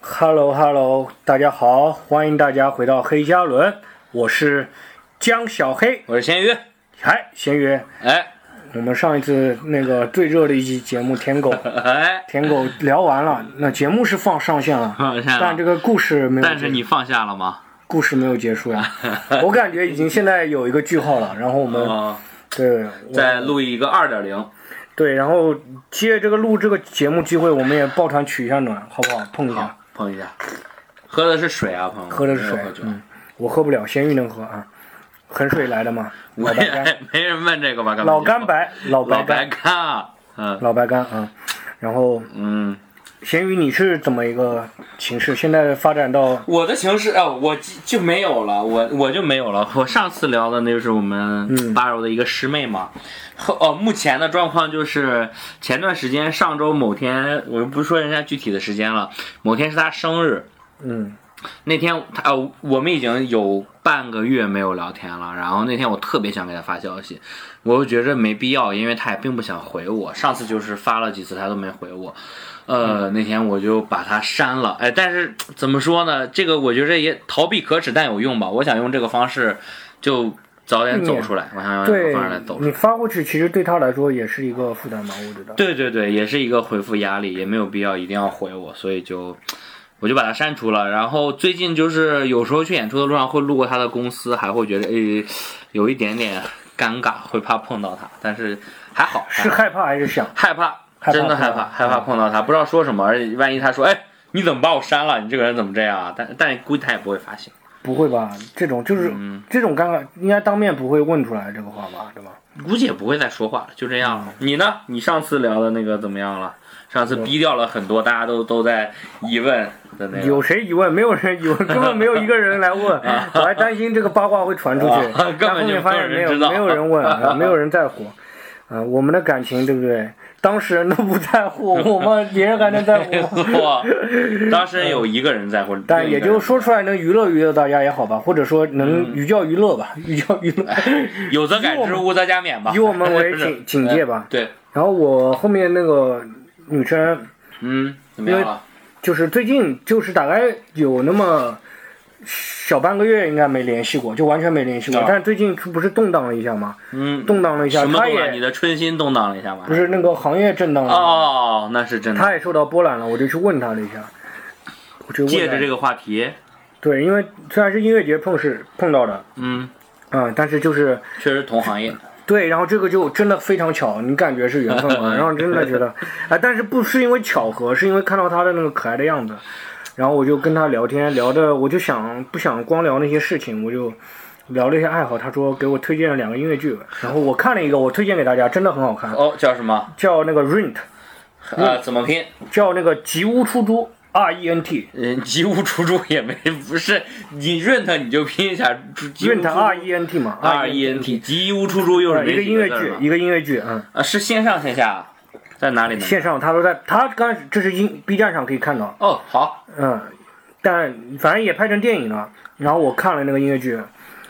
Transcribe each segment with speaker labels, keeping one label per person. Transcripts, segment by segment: Speaker 1: Hello Hello，大家好，欢迎大家回到黑加仑，我是江小黑。
Speaker 2: 我是咸鱼。
Speaker 1: 嗨，咸鱼，
Speaker 2: 哎，
Speaker 1: 我们上一次那个最热的一期节目《舔狗》
Speaker 2: 哎，
Speaker 1: 舔狗聊完了，那节目是放上线了，
Speaker 2: 放下
Speaker 1: 但这
Speaker 2: 了。
Speaker 1: 个故事没有结，
Speaker 2: 但是你放下了吗？
Speaker 1: 故事没有结束 呀，我感觉已经现在有一个句号了。然后我们、
Speaker 2: 嗯，
Speaker 1: 对我
Speaker 2: 再录一个二点零。
Speaker 1: 对，然后借这个录这个节目机会，我们也抱团取一下暖，好不好？碰一下。
Speaker 2: 好，碰一下。喝的是水啊，朋友们。
Speaker 1: 喝的是
Speaker 2: 没
Speaker 1: 水
Speaker 2: 有喝，酒。
Speaker 1: 嗯，我喝不了，咸鱼能喝啊，衡水来的嘛，
Speaker 2: 我
Speaker 1: 老白干，
Speaker 2: 也 没人问这个吧？根本就
Speaker 1: 老干，白，老
Speaker 2: 老
Speaker 1: 白
Speaker 2: 白
Speaker 1: 干，
Speaker 2: 干啊。嗯
Speaker 1: 老白干啊。然后，
Speaker 2: 嗯，
Speaker 1: 咸鱼你是怎么一个形式？现在发展到
Speaker 2: 我的形式啊，我就就没有了，我我就没有了。我上次聊的那就是我们八柔的一个师妹嘛。后哦，目前的状况就是前段时间上周某天，我就不说人家具体的时间了，某天是她生日，
Speaker 1: 嗯
Speaker 2: 那天他呃，我们已经有半个月没有聊天了。然后那天我特别想给他发消息，我又觉着没必要，因为他也并不想回我。上次就是发了几次，他都没回我。呃，那天我就把他删了。哎，但是怎么说呢？这个我觉着也逃避可耻，但有用吧。我想用这个方式就早点走出来。我想用这个
Speaker 1: 对
Speaker 2: 方式来走出来。
Speaker 1: 你发过去，其实对他来说也是一个负担吧，我觉得。
Speaker 2: 对对对，也是一个回复压力，也没有必要一定要回我，所以就我就把他删除了。然后最近就是有时候去演出的路上会路过他的公司，还会觉得诶、有一点点尴尬，会怕碰到他，但是还好，
Speaker 1: 是害怕还是想？
Speaker 2: 害怕，
Speaker 1: 害怕嗯
Speaker 2: 真的害
Speaker 1: 碰到
Speaker 2: 怕，害怕碰到他，不知道说什么，而且万一他说哎。你怎么把我删了？你这个人怎么这样啊？但但估计他也不会发现，
Speaker 1: 不会吧？这种就是、
Speaker 2: 嗯
Speaker 1: 这种尴尬，应该当面不会问出来这个话吧，对吧？
Speaker 2: 估计也不会再说话了，就这样了。
Speaker 1: 嗯
Speaker 2: 你呢？你上次聊的那个怎么样了？上次逼掉了很多，大家都都在疑问的那个。
Speaker 1: 有谁疑问？没有人疑问，根本没有一个人来问。 我还担心这个八卦会传出去
Speaker 2: 啊， 根
Speaker 1: 但后
Speaker 2: 本就
Speaker 1: 面发现没有，
Speaker 2: 没有人知道
Speaker 1: 没有人问，啊没有人在 乎。啊，我们的感情对不对？当事人都不在乎，我们别人还能在乎？
Speaker 2: 哇，当时有一个人在乎，
Speaker 1: 嗯但也就是说出来能娱乐娱乐大家也好吧，或者说
Speaker 2: 嗯
Speaker 1: 能寓教于乐吧，寓教于乐，
Speaker 2: 有则改之，无则加勉吧，
Speaker 1: 以我们为
Speaker 2: 是
Speaker 1: 警警戒吧。
Speaker 2: 对，
Speaker 1: 然后我后面那个女生
Speaker 2: 嗯，怎么样
Speaker 1: 因为
Speaker 2: 了？
Speaker 1: 就是最近就是大概有那么小半个月，应该没联系过，就完全没联系过
Speaker 2: 啊。
Speaker 1: 但最近不是动荡了一下吗？
Speaker 2: 嗯，
Speaker 1: 动荡了一下，
Speaker 2: 什么
Speaker 1: 他
Speaker 2: 动了？你
Speaker 1: 也
Speaker 2: 的春心动荡了一下吗？
Speaker 1: 不是那个行业震荡了，
Speaker 2: 哦，那是真的。
Speaker 1: 他也受到波澜了，我就去问他了一下。我就问
Speaker 2: 借着这
Speaker 1: 个
Speaker 2: 个话题，
Speaker 1: 对，因为虽然是音乐节碰是碰到的，
Speaker 2: 嗯，
Speaker 1: 嗯，但是就是
Speaker 2: 确实同行业，
Speaker 1: 对，然后这个就真的非常巧，你感觉是缘分 嘛？然后真的觉得，哎，但是不是因为巧合，是因为看到他的那个可爱的样子，然后我就跟他聊天，聊的我就想不想光聊那些事情，我就聊了一些爱好。他说给我推荐了两个音乐剧，然后我看了一个，我推荐给大家，真的很好看，
Speaker 2: 哦，叫什么？
Speaker 1: 叫那个 Rent，嗯
Speaker 2: 呃，怎么拼？
Speaker 1: 叫那个吉屋出租 R E N T。
Speaker 2: 嗯，吉屋出租也没，不是你认他你就拼一下，吉屋
Speaker 1: Rent R E N T 嘛
Speaker 2: R E N E T，吉屋出租又是
Speaker 1: 一个
Speaker 2: 没几
Speaker 1: 音乐
Speaker 2: 字
Speaker 1: 剧
Speaker 2: 儿，嘛
Speaker 1: 一个音乐剧，嗯，
Speaker 2: 啊，是线上线下，在哪里呢？
Speaker 1: 线上他说在他刚这是音 B 站上可以看到，
Speaker 2: 哦，好，
Speaker 1: 嗯，但反正也拍成电影了。然后我看了那个音乐剧，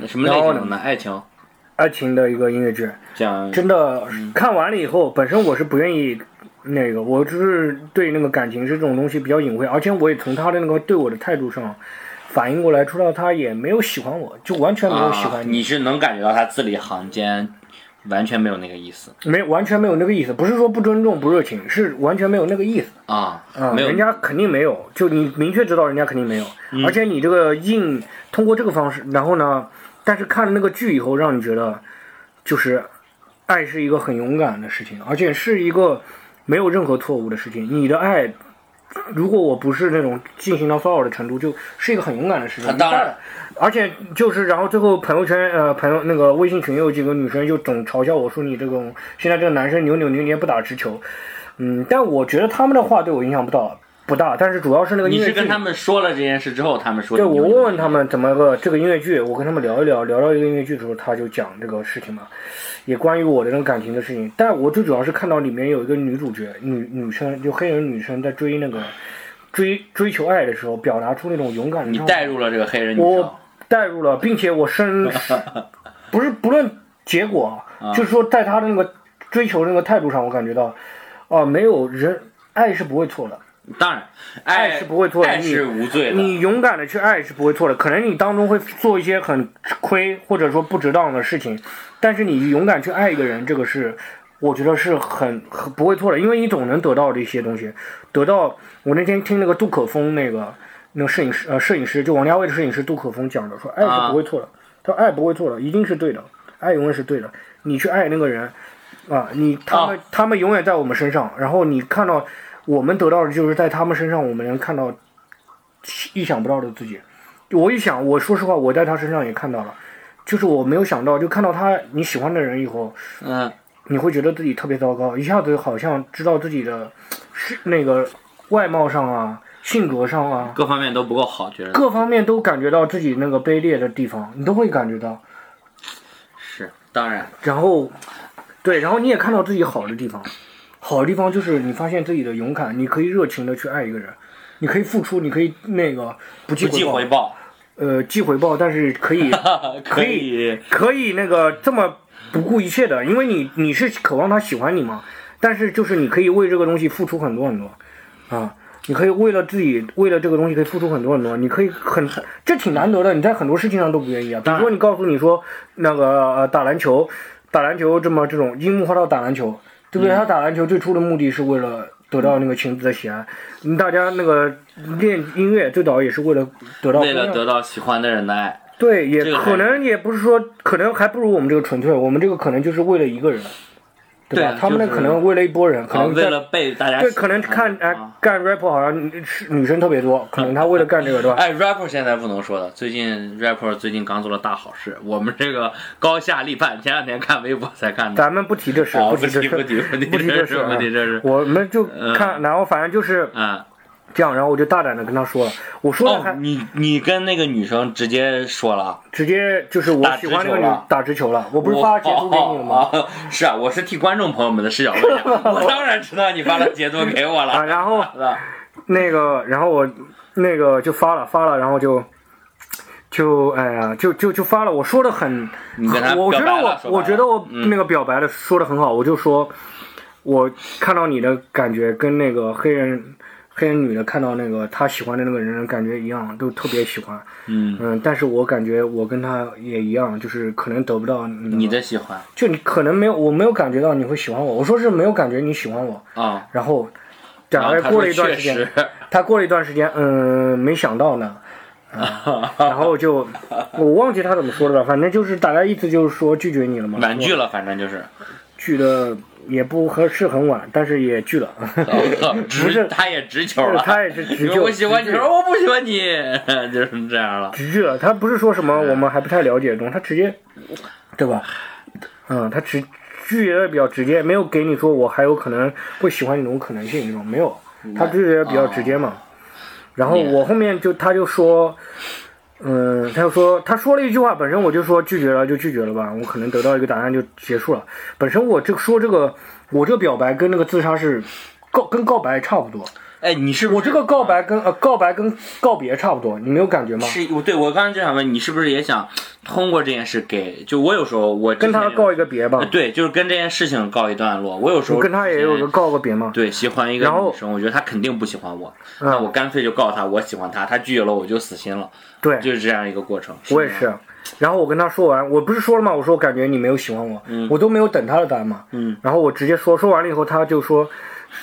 Speaker 2: 什么类型的呢？爱情，
Speaker 1: 爱情的一个音乐剧，
Speaker 2: 讲
Speaker 1: 真的看完了以后，本身我是不愿意那个，我就是对那个感情是这种东西比较隐晦，而且我也从他的那个对我的态度上反应过来，知道他也没有喜欢我，就完全没有喜
Speaker 2: 啊
Speaker 1: 欢你，
Speaker 2: 你是能感觉到他字里行间完全没有那个意思
Speaker 1: 没完全没有那个意思，不是说不尊重不热情，是完全没有那个意思。
Speaker 2: 啊，
Speaker 1: 啊，
Speaker 2: 没有嗯
Speaker 1: 人家肯定没有，就你明确知道人家肯定没有，而且你这个硬通过这个方式，然后呢，但是看了那个剧以后，让你觉得就是爱是一个很勇敢的事情，而且是一个没有任何错误的事情。你的爱，如果我不是那种进行到骚扰的程度，就是一个很勇敢的事情。
Speaker 2: 啊当然
Speaker 1: 而且就是，然后最后朋友圈呃，朋友那个微信群有几个女生就总嘲笑我说你这种现在这个男生扭扭捏捏不打直球，嗯，但我觉得他们的话对我影响不到不大，但是主要是那个音
Speaker 2: 你
Speaker 1: 乐
Speaker 2: 是
Speaker 1: 剧
Speaker 2: 跟。他们说了这件事之后，他们说
Speaker 1: 对，
Speaker 2: 你
Speaker 1: 我
Speaker 2: 有
Speaker 1: 问问他们怎么个这个音乐剧，我跟他们聊一聊，聊到一个音乐剧的时候，他就讲这个事情嘛，也关于我的那种感情的事情。但我最主要是看到里面有一个女主角，女女生就黑人女生在追那个追追求爱的时候，表达出那种勇敢的
Speaker 2: 你
Speaker 1: 状态。
Speaker 2: 带入了这个黑人女生
Speaker 1: 我，带入了，并且我深，不是不论结果，就是说在啊他的那个追求那个态度上，我感觉到，哦、没有人爱是不会错的，
Speaker 2: 当然，
Speaker 1: 爱是不会错的
Speaker 2: 爱是无罪的。
Speaker 1: 你勇敢的去爱是不会错的，可能你当中会做一些很亏或者说不值当的事情，但是你勇敢去爱一个人，这个是我觉得是很很不会错的，因为你总能得到这些东西。得到我那天听那个杜可风那个那个摄影师呃摄影师就王家卫的摄影师杜可风讲的说，爱哎是不会错的，他说爱哎不会错的，一定是对的，爱永远是对的。你去爱那个人啊，你他们、他们永远在我们身上，然后你看到我们得到的就是在他们身上，我们能看到意想不到的自己。我一想，我说实话，我在他身上也看到了，就是我没有想到，就看到他你喜欢的人以后，
Speaker 2: 嗯，
Speaker 1: 你会觉得自己特别糟糕，一下子好像知道自己的是那个外貌上啊、性格上啊，
Speaker 2: 各方面都不够好，觉得
Speaker 1: 各方面都感觉到自己那个卑劣的地方，你都会感觉到。
Speaker 2: 是。当然，
Speaker 1: 然后，对，然后你也看到自己好的地方，好的地方就是你发现自己的勇敢，你可以热情的去爱一个人，你可以付出，你可以那个不计
Speaker 2: 不计
Speaker 1: 回
Speaker 2: 回
Speaker 1: 报，
Speaker 2: 报，
Speaker 1: 呃，计回报，但是可以
Speaker 2: 可
Speaker 1: 以可以那个这么不顾一切的，因为你你是渴望他喜欢你嘛，但是就是你可以为这个东西付出很多很多，啊，你可以为了自己为了这个东西可以付出很多很多，你可以很这挺难得的，你在很多事情上都不愿意啊，比如说你告诉你说那个、呃打篮球，打篮球这么这种樱木花道打篮球，对不对？他打篮球最初的目的是为了。得到那个裙子的喜爱，嗯大家那个练音乐最早也是为了得到
Speaker 2: 为
Speaker 1: 姑娘
Speaker 2: 了得到喜欢的人的爱，
Speaker 1: 对，也
Speaker 2: 这个
Speaker 1: 可
Speaker 2: 还
Speaker 1: 能也不是说，可能还不如我们这个纯粹，我们这个可能就是为了一个人，对吧？
Speaker 2: 对啊
Speaker 1: 他们那
Speaker 2: 就是
Speaker 1: 可能为了一波人，可
Speaker 2: 啊，
Speaker 1: 能
Speaker 2: 为
Speaker 1: 在
Speaker 2: 了被大家
Speaker 1: 对，
Speaker 2: 喜
Speaker 1: 可能
Speaker 2: 欢
Speaker 1: 看哎、
Speaker 2: 啊
Speaker 1: 干 rapper 好像女是女生特别多，可能他为了干这个，对吧？
Speaker 2: 哎，rapper 现在不能说的，最近 rapper 最近刚做了大好事，我们这个高下立判，前两天看微博才看的。
Speaker 1: 咱们不提这事，
Speaker 2: 哦，
Speaker 1: 提
Speaker 2: 不
Speaker 1: 这
Speaker 2: 提
Speaker 1: 事，
Speaker 2: 不提不提
Speaker 1: 不提
Speaker 2: 这
Speaker 1: 这
Speaker 2: 事，
Speaker 1: 事，
Speaker 2: 不
Speaker 1: 啊
Speaker 2: 提这事。
Speaker 1: 我们就看，然后反正就是
Speaker 2: 嗯，
Speaker 1: 这样，然后我就大胆的跟他说了，我说了
Speaker 2: 哦，
Speaker 1: 还
Speaker 2: 你你跟那个女生直接说了，
Speaker 1: 直接就是我
Speaker 2: 打
Speaker 1: 喜
Speaker 2: 直
Speaker 1: 欢那个
Speaker 2: 球
Speaker 1: 女
Speaker 2: 了
Speaker 1: 打直球了，我不是
Speaker 2: 我
Speaker 1: 发截图给你了吗？？
Speaker 2: 哦哦哦是啊，我 是替观众朋友们的视角问的，我当然知道你发了截图给我
Speaker 1: 啊，
Speaker 2: 了。
Speaker 1: 然后
Speaker 2: 是吧
Speaker 1: 那个，然后我那个就发了发了，然后就就哎呀，就就就发了。我说的很，
Speaker 2: 你跟他
Speaker 1: 我觉
Speaker 2: 表
Speaker 1: 得我
Speaker 2: 白了说白了嗯
Speaker 1: 我觉得我那个表白的说的很好，我就说我看到你的感觉跟那个黑人黑人女的看到那个她喜欢的那个人的感觉一样，都特别喜欢。
Speaker 2: 嗯，
Speaker 1: 嗯，但是我感觉我跟她也一样，就是可能得不到
Speaker 2: 你
Speaker 1: 你
Speaker 2: 的喜欢
Speaker 1: 就你可能没有，我没有感觉到你会喜欢我。我说是没有感觉你喜欢我，
Speaker 2: 啊，
Speaker 1: 然后
Speaker 2: 然
Speaker 1: 大
Speaker 2: 后
Speaker 1: 概
Speaker 2: 他
Speaker 1: 哎过
Speaker 2: 说
Speaker 1: 了一段
Speaker 2: 确
Speaker 1: 时间。
Speaker 2: 实，
Speaker 1: 他过了一段时间，嗯，没想到呢，然后就我忘记他怎么说的了，反正就是大概意思就是说拒绝你了嘛，
Speaker 2: 婉拒了，反正就是。
Speaker 1: 拒的也不合适很晚，但是也拒了， 不
Speaker 2: 哦直
Speaker 1: 是
Speaker 2: 他也直球了，
Speaker 1: 他也是直
Speaker 2: 说
Speaker 1: 球，
Speaker 2: 我喜欢你，
Speaker 1: 直
Speaker 2: 说
Speaker 1: 拒
Speaker 2: 我不喜欢你， 就是这样了。
Speaker 1: 直拒了，他不是说什么我们还不太了解中，他直接，对吧？嗯，他直拒绝的比较直接，没有给你说我还有可能会喜欢你这种可能性这种没有，他拒绝的比较直接嘛。然后我后面就他就说，嗯，他就说他说了一句话，本身我就说拒绝了就拒绝了吧，我可能得到一个答案就结束了。本身我这个说这个我这个表白跟那个自杀是告跟告白差不多，
Speaker 2: 哎，你是不是
Speaker 1: 我这个告白跟呃告白跟告别差不多，你没有感觉吗？
Speaker 2: 是我对我刚刚就想问你，是不是也想通过这件事给？就我有时候我之
Speaker 1: 跟
Speaker 2: 前
Speaker 1: 他
Speaker 2: 有
Speaker 1: 告一个别吧
Speaker 2: 呃，对，就是跟这件事情告一段落。我有时候
Speaker 1: 我跟他也有个告个别嘛。
Speaker 2: 对喜欢一个
Speaker 1: 然后嗯
Speaker 2: 女生，我觉得她肯定不喜欢我，那我干脆就告她我喜欢她，她拒绝了我就死心了，
Speaker 1: 对，
Speaker 2: 就是这样一个过程。
Speaker 1: 我也
Speaker 2: 吗，
Speaker 1: 是。然后我跟他说完，我不是说了吗？我说我感觉你没有喜欢我，我都没有等他的答案嘛。
Speaker 2: 嗯。
Speaker 1: 然后我直接说，说完了以后，他就说，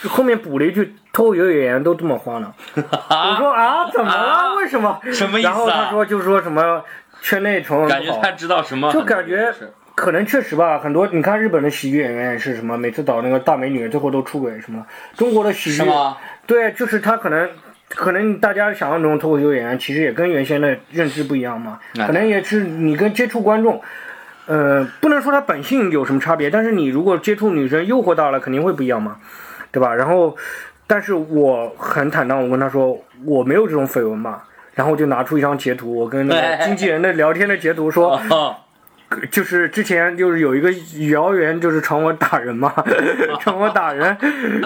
Speaker 1: 后面补了一句“偷油演员都这么花 呢”。我说啊，怎么了？
Speaker 2: 啊
Speaker 1: 为什么？
Speaker 2: 什么意思啊
Speaker 1: 然后他说就说什么圈内传闻
Speaker 2: 感
Speaker 1: 不
Speaker 2: 觉
Speaker 1: 好，
Speaker 2: 她知道什么很
Speaker 1: 就
Speaker 2: 多
Speaker 1: 感
Speaker 2: 事，
Speaker 1: 觉可能确实吧，很多你看日本的喜剧演员也是什么，每次找那个大美女，最后都出轨什么。中国的喜剧
Speaker 2: 是吗？
Speaker 1: 对，就是他可能可能大家想象中的脱口秀演员，其实也跟原先的认知不一样嘛，
Speaker 2: 那
Speaker 1: 可
Speaker 2: 当
Speaker 1: 能也是你跟接触观众。呃，不能说他本性有什么差别，但是你如果接触女生诱惑到了，肯定会不一样嘛，对吧？然后，但是我很坦荡，我跟他说我没有这种 绯闻嘛，然后我就拿出一张截图，我跟那个经纪人的聊天的截图说，
Speaker 2: 哦
Speaker 1: 就是之前就是有一个谣言，就是传我打人嘛， 传我打人，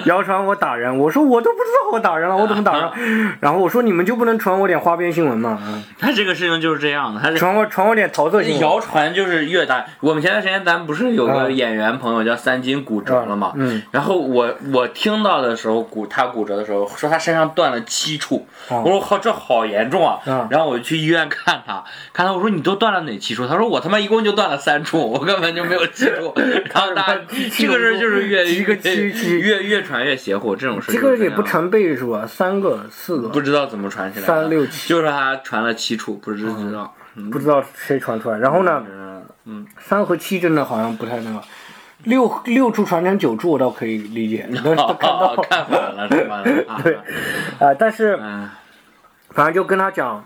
Speaker 1: 谣传我打人，我说我都不知道我打人了，我怎么打人？ 然后我说你们就不能传我点花边新闻吗？
Speaker 2: 他这个事情就是这样的，他这
Speaker 1: 传我传我点桃色新闻。
Speaker 2: 谣传就是越大。我们前段时间咱不是有个
Speaker 1: 嗯
Speaker 2: 演员朋友叫三金骨折了嘛？
Speaker 1: 嗯
Speaker 2: 然后我我听到的时候骨他骨折的时候说他身上断了七处，
Speaker 1: 哦
Speaker 2: 我说靠这好严重啊！
Speaker 1: 嗯
Speaker 2: 然后我就去医院看他，看他我说你都断了哪七处？他说我他妈一共就断了三处， 我根本就没有记住。然 后大家这个事儿就是越
Speaker 1: 一个七七
Speaker 2: 越越传越邪乎，这种事
Speaker 1: 这个
Speaker 2: 就是
Speaker 1: 也
Speaker 2: 样
Speaker 1: 不成倍数啊，三个、四
Speaker 2: 不
Speaker 1: 个，
Speaker 2: 知道怎么传起来的，
Speaker 1: 三六七
Speaker 2: 就是他传了七处，不知知道。嗯
Speaker 1: 不知道谁传出来。然后呢，
Speaker 2: 嗯，
Speaker 1: 三和七真的好像不太那个，六六处传成九处我倒可以理 解，能看到
Speaker 2: 哦看反了是吧？啊，
Speaker 1: 对，啊，但是
Speaker 2: 嗯，
Speaker 1: 反正就跟他讲，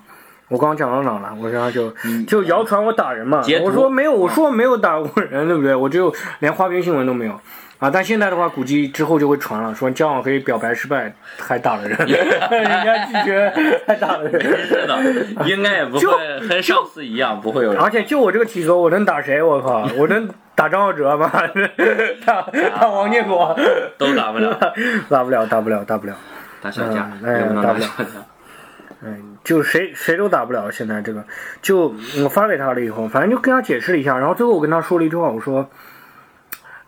Speaker 1: 我刚刚讲到哪了？我然后就就谣传我打人嘛
Speaker 2: 嗯截，图
Speaker 1: 我说没有，我说没有打过人，对不对？我只有连花边新闻都没有啊。但现在的话，估计之后就会传了，说姜小黑表白失败还打 了人，人家拒绝还打了人。
Speaker 2: 是的，应该也不会跟上次一样，不会有人
Speaker 1: 而且就我这个体格，我能打谁？我靠，我能打张浩哲吗？ 打打王建国，
Speaker 2: 都打不了，
Speaker 1: 打不了，打不了，打不了。
Speaker 2: 打小架
Speaker 1: 嗯哎
Speaker 2: 也不能打
Speaker 1: 打不了
Speaker 2: 小架。
Speaker 1: 嗯，就谁谁都打不了。现在这个，就我发给他了以后，反正就跟他解释了一下，然后最后我跟他说了一句话，我说，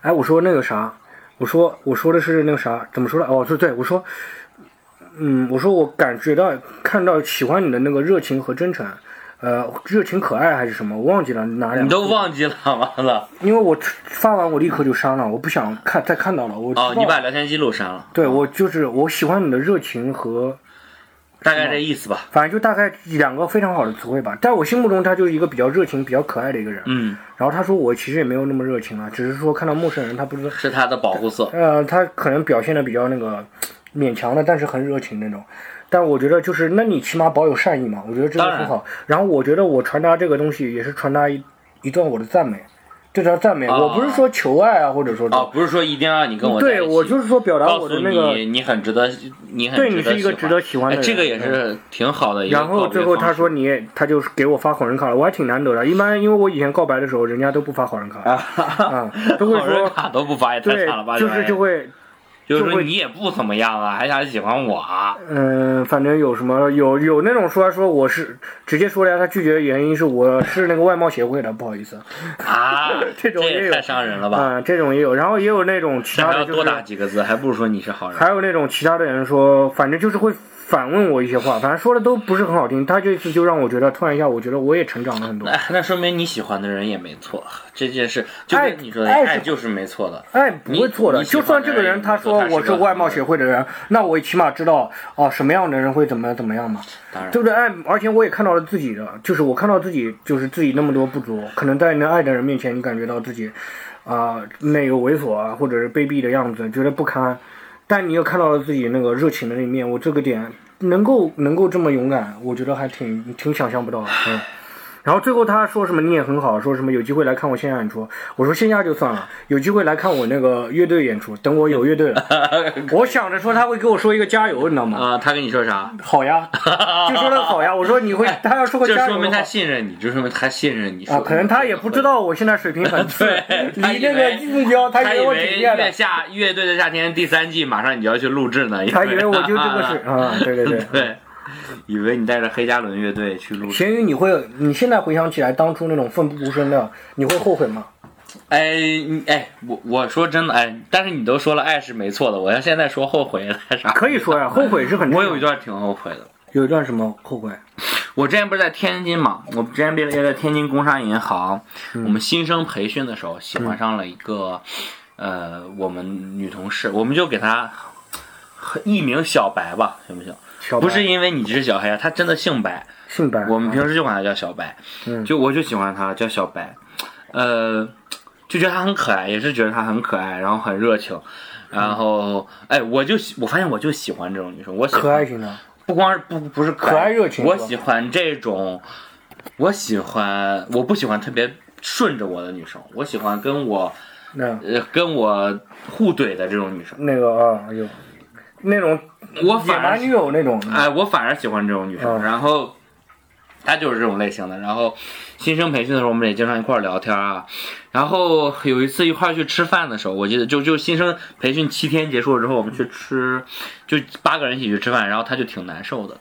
Speaker 1: 哎，我说那个啥，我说我说的是那个啥，怎么说的？哦，对对，我说，嗯，我说我感觉到看到喜欢你的那个热情和真诚。呃，热情可爱还是什么，我忘记了哪两
Speaker 2: 你
Speaker 1: 个。
Speaker 2: 都忘记了，完了
Speaker 1: 因为我发完我立刻就删了，我不想看再看到了。我知道
Speaker 2: 哦， 你把聊天记录删了，
Speaker 1: 对我就是我喜欢你的热情和
Speaker 2: 大概这意思吧。
Speaker 1: 反正就大概两个非常好的词汇吧。在我心目中，他就是一个比较热情、比较可爱的一个人。
Speaker 2: 嗯，
Speaker 1: 然后他说我其实也没有那么热情了，啊只是说看到陌生人，他不是
Speaker 2: 是他的保护色。
Speaker 1: 呃，他可能表现的比较那个勉强的，但是很热情那种。但我觉得就是，那你起码保有善意嘛，我觉得这个
Speaker 2: 当然
Speaker 1: 很好。然后我觉得我传达这个东西也是传达一一段我的赞美，这条赞美，
Speaker 2: 啊
Speaker 1: 我不是说求爱啊，或者说这
Speaker 2: 哦，不是说一定要你跟我在一
Speaker 1: 对
Speaker 2: 起
Speaker 1: 我就是说表达
Speaker 2: 告
Speaker 1: 我
Speaker 2: 诉
Speaker 1: 的那个。
Speaker 2: 你，你很值得，你很
Speaker 1: 对
Speaker 2: 值
Speaker 1: 你是一个值得喜欢的
Speaker 2: 哎
Speaker 1: 人嗯
Speaker 2: 这个也是挺好的一个
Speaker 1: 然后
Speaker 2: 告别
Speaker 1: 最后
Speaker 2: 方
Speaker 1: 他
Speaker 2: 式
Speaker 1: 说你，他就是给我发好人卡了，我还挺难得的。一般因为我以前告白的时候，人家都不发好人卡， 啊，都会
Speaker 2: 好人
Speaker 1: 说
Speaker 2: 卡都不发，也太
Speaker 1: 对
Speaker 2: 惨了吧？，
Speaker 1: 就是就会，
Speaker 2: 就是
Speaker 1: 就
Speaker 2: 说
Speaker 1: 会
Speaker 2: 你也不怎么样啊，还想喜欢我啊？
Speaker 1: 嗯、反正有什么有有那种说说我是直接说了呀，他拒绝的原因是我是那个外貌协会的，不好意思，，
Speaker 2: 啊
Speaker 1: 这种也有
Speaker 2: 也太伤人了吧？
Speaker 1: 啊、这种也有，然后也有那种其
Speaker 2: 这
Speaker 1: 他
Speaker 2: 还
Speaker 1: 的
Speaker 2: 要
Speaker 1: 就是
Speaker 2: 多打几个字，还不如说你是好人。
Speaker 1: 还有那种其他的人说，反正就是会反问我一些话，反正说的都不是很好听。他这次就让我觉得突然一下，我觉得我也成长了很多
Speaker 2: 那、。那说明你喜欢的人也没错，这件事就
Speaker 1: 爱
Speaker 2: 跟你说的，
Speaker 1: 爱是
Speaker 2: 爱就是没错的。
Speaker 1: 哎，不会错的。
Speaker 2: 你喜
Speaker 1: 就
Speaker 2: 欢
Speaker 1: 算这个
Speaker 2: 的
Speaker 1: 人
Speaker 2: 人
Speaker 1: 他说我是外貌协会的人，那我也起码知道哦、什么样的人会怎么怎么样嘛，
Speaker 2: 当然
Speaker 1: 对不对？哎，而且我也看到了自己的，就是我看到自己就是自己那么多不足，可能在你的爱的人面前，你感觉到自己啊、那个猥琐啊，或者是卑鄙的样子，觉得不堪，但你又看到了自己那个热情的那一面。我这个点能够能够这么勇敢，我觉得还挺挺想象不到的。嗯然后最后他说什么你也很好，说什么有机会来看我线下演出。我说线下就算了，有机会来看我那个乐队演出。等我有乐队 了，我想着说他会给我说一个加油，你知道吗？
Speaker 2: 啊、他跟你说啥？
Speaker 1: 好呀，就说了好呀。我说你会，他要说个
Speaker 2: 这
Speaker 1: 加
Speaker 2: 说
Speaker 1: 油
Speaker 2: 明
Speaker 1: 的话
Speaker 2: 他信任你，这说明他信任你。
Speaker 1: 啊，可能他也不知道我现在水平 很次
Speaker 2: 对，他
Speaker 1: 离
Speaker 2: 以
Speaker 1: 那
Speaker 2: 为
Speaker 1: 个目标，
Speaker 2: 他
Speaker 1: 以为我
Speaker 2: 为
Speaker 1: 挺厉害
Speaker 2: 月
Speaker 1: 的，
Speaker 2: 下乐队的夏天第三季马上你就要去录制呢，
Speaker 1: 他以为我就这个水啊，对对 对。
Speaker 2: 对，以为你带着黑加仑乐队去录制。
Speaker 1: 咸鱼，你会，你现在回想起来当初那种奋不顾身的，你会后悔吗？
Speaker 2: 哎，你哎，我我说真的，哎，但是你都说了爱是没错的，我要现在说后悔了啥？
Speaker 1: 可以说呀， 后悔是很正
Speaker 2: 我
Speaker 1: 常。
Speaker 2: 有一段挺后悔的。
Speaker 1: 有一段什么后悔？
Speaker 2: 我之前不是在天津嘛，我之前毕业在天津工商银行，
Speaker 1: 嗯
Speaker 2: 我们新生培训的时候喜欢上了一个，呃，我们女同事，我们就给她艺名小白吧，行不行？
Speaker 1: 小白
Speaker 2: 不是因为你是小黑啊，她真的姓白，
Speaker 1: 性白，
Speaker 2: 我们平时就管她叫小白，
Speaker 1: 嗯
Speaker 2: 就我就喜欢她叫小白，呃，就觉得她很可爱，也是觉得她很可爱，然后很热情，然后哎，我就喜我发现我就喜欢这种女生，我喜欢
Speaker 1: 可爱型的，
Speaker 2: 不光是不不是可
Speaker 1: 可爱热情
Speaker 2: 我
Speaker 1: 是吧
Speaker 2: 喜欢这种，我喜欢我不喜欢特别顺着我的女生，我喜欢跟我
Speaker 1: 那
Speaker 2: 呃跟我互怼的这种女生，
Speaker 1: 那个啊，有那种
Speaker 2: 我
Speaker 1: 野
Speaker 2: 反
Speaker 1: 蛮
Speaker 2: 而
Speaker 1: 女友那种，
Speaker 2: 哎我反而喜欢这种女生，
Speaker 1: 嗯
Speaker 2: 然后他就是这种类型的。然后新生培训的时候，我们也经常一块儿聊天啊。然后有一次一块儿去吃饭的时候，我记得就就新生培训七天结束了之后，我们去吃，就八个人一起去吃饭，然后他就挺难受的。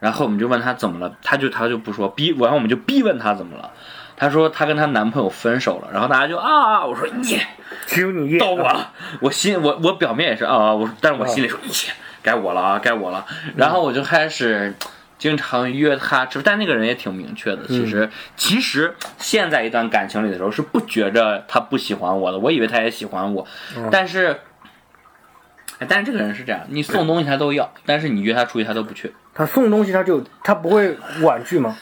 Speaker 2: 然后我们就问他怎么了，他就他就不说，逼，然后我们就逼问他怎么了。她说她跟她男朋友分手了，然后大家就啊，我说耶，
Speaker 1: 只有你一
Speaker 2: 到我了，我心我我表面也是啊，我但是我心里说 耶，该我了啊，该我了。然后我就开始经常约她吃，但那个人也挺明确的，其实其实陷在一段感情里的时候是不觉着他不喜欢我的，我以为他也喜欢我，但是。哎但是这个人是这样，你送东西他都要，但是你约他出去他都不去。
Speaker 1: 他送东西他就他不会婉拒吗？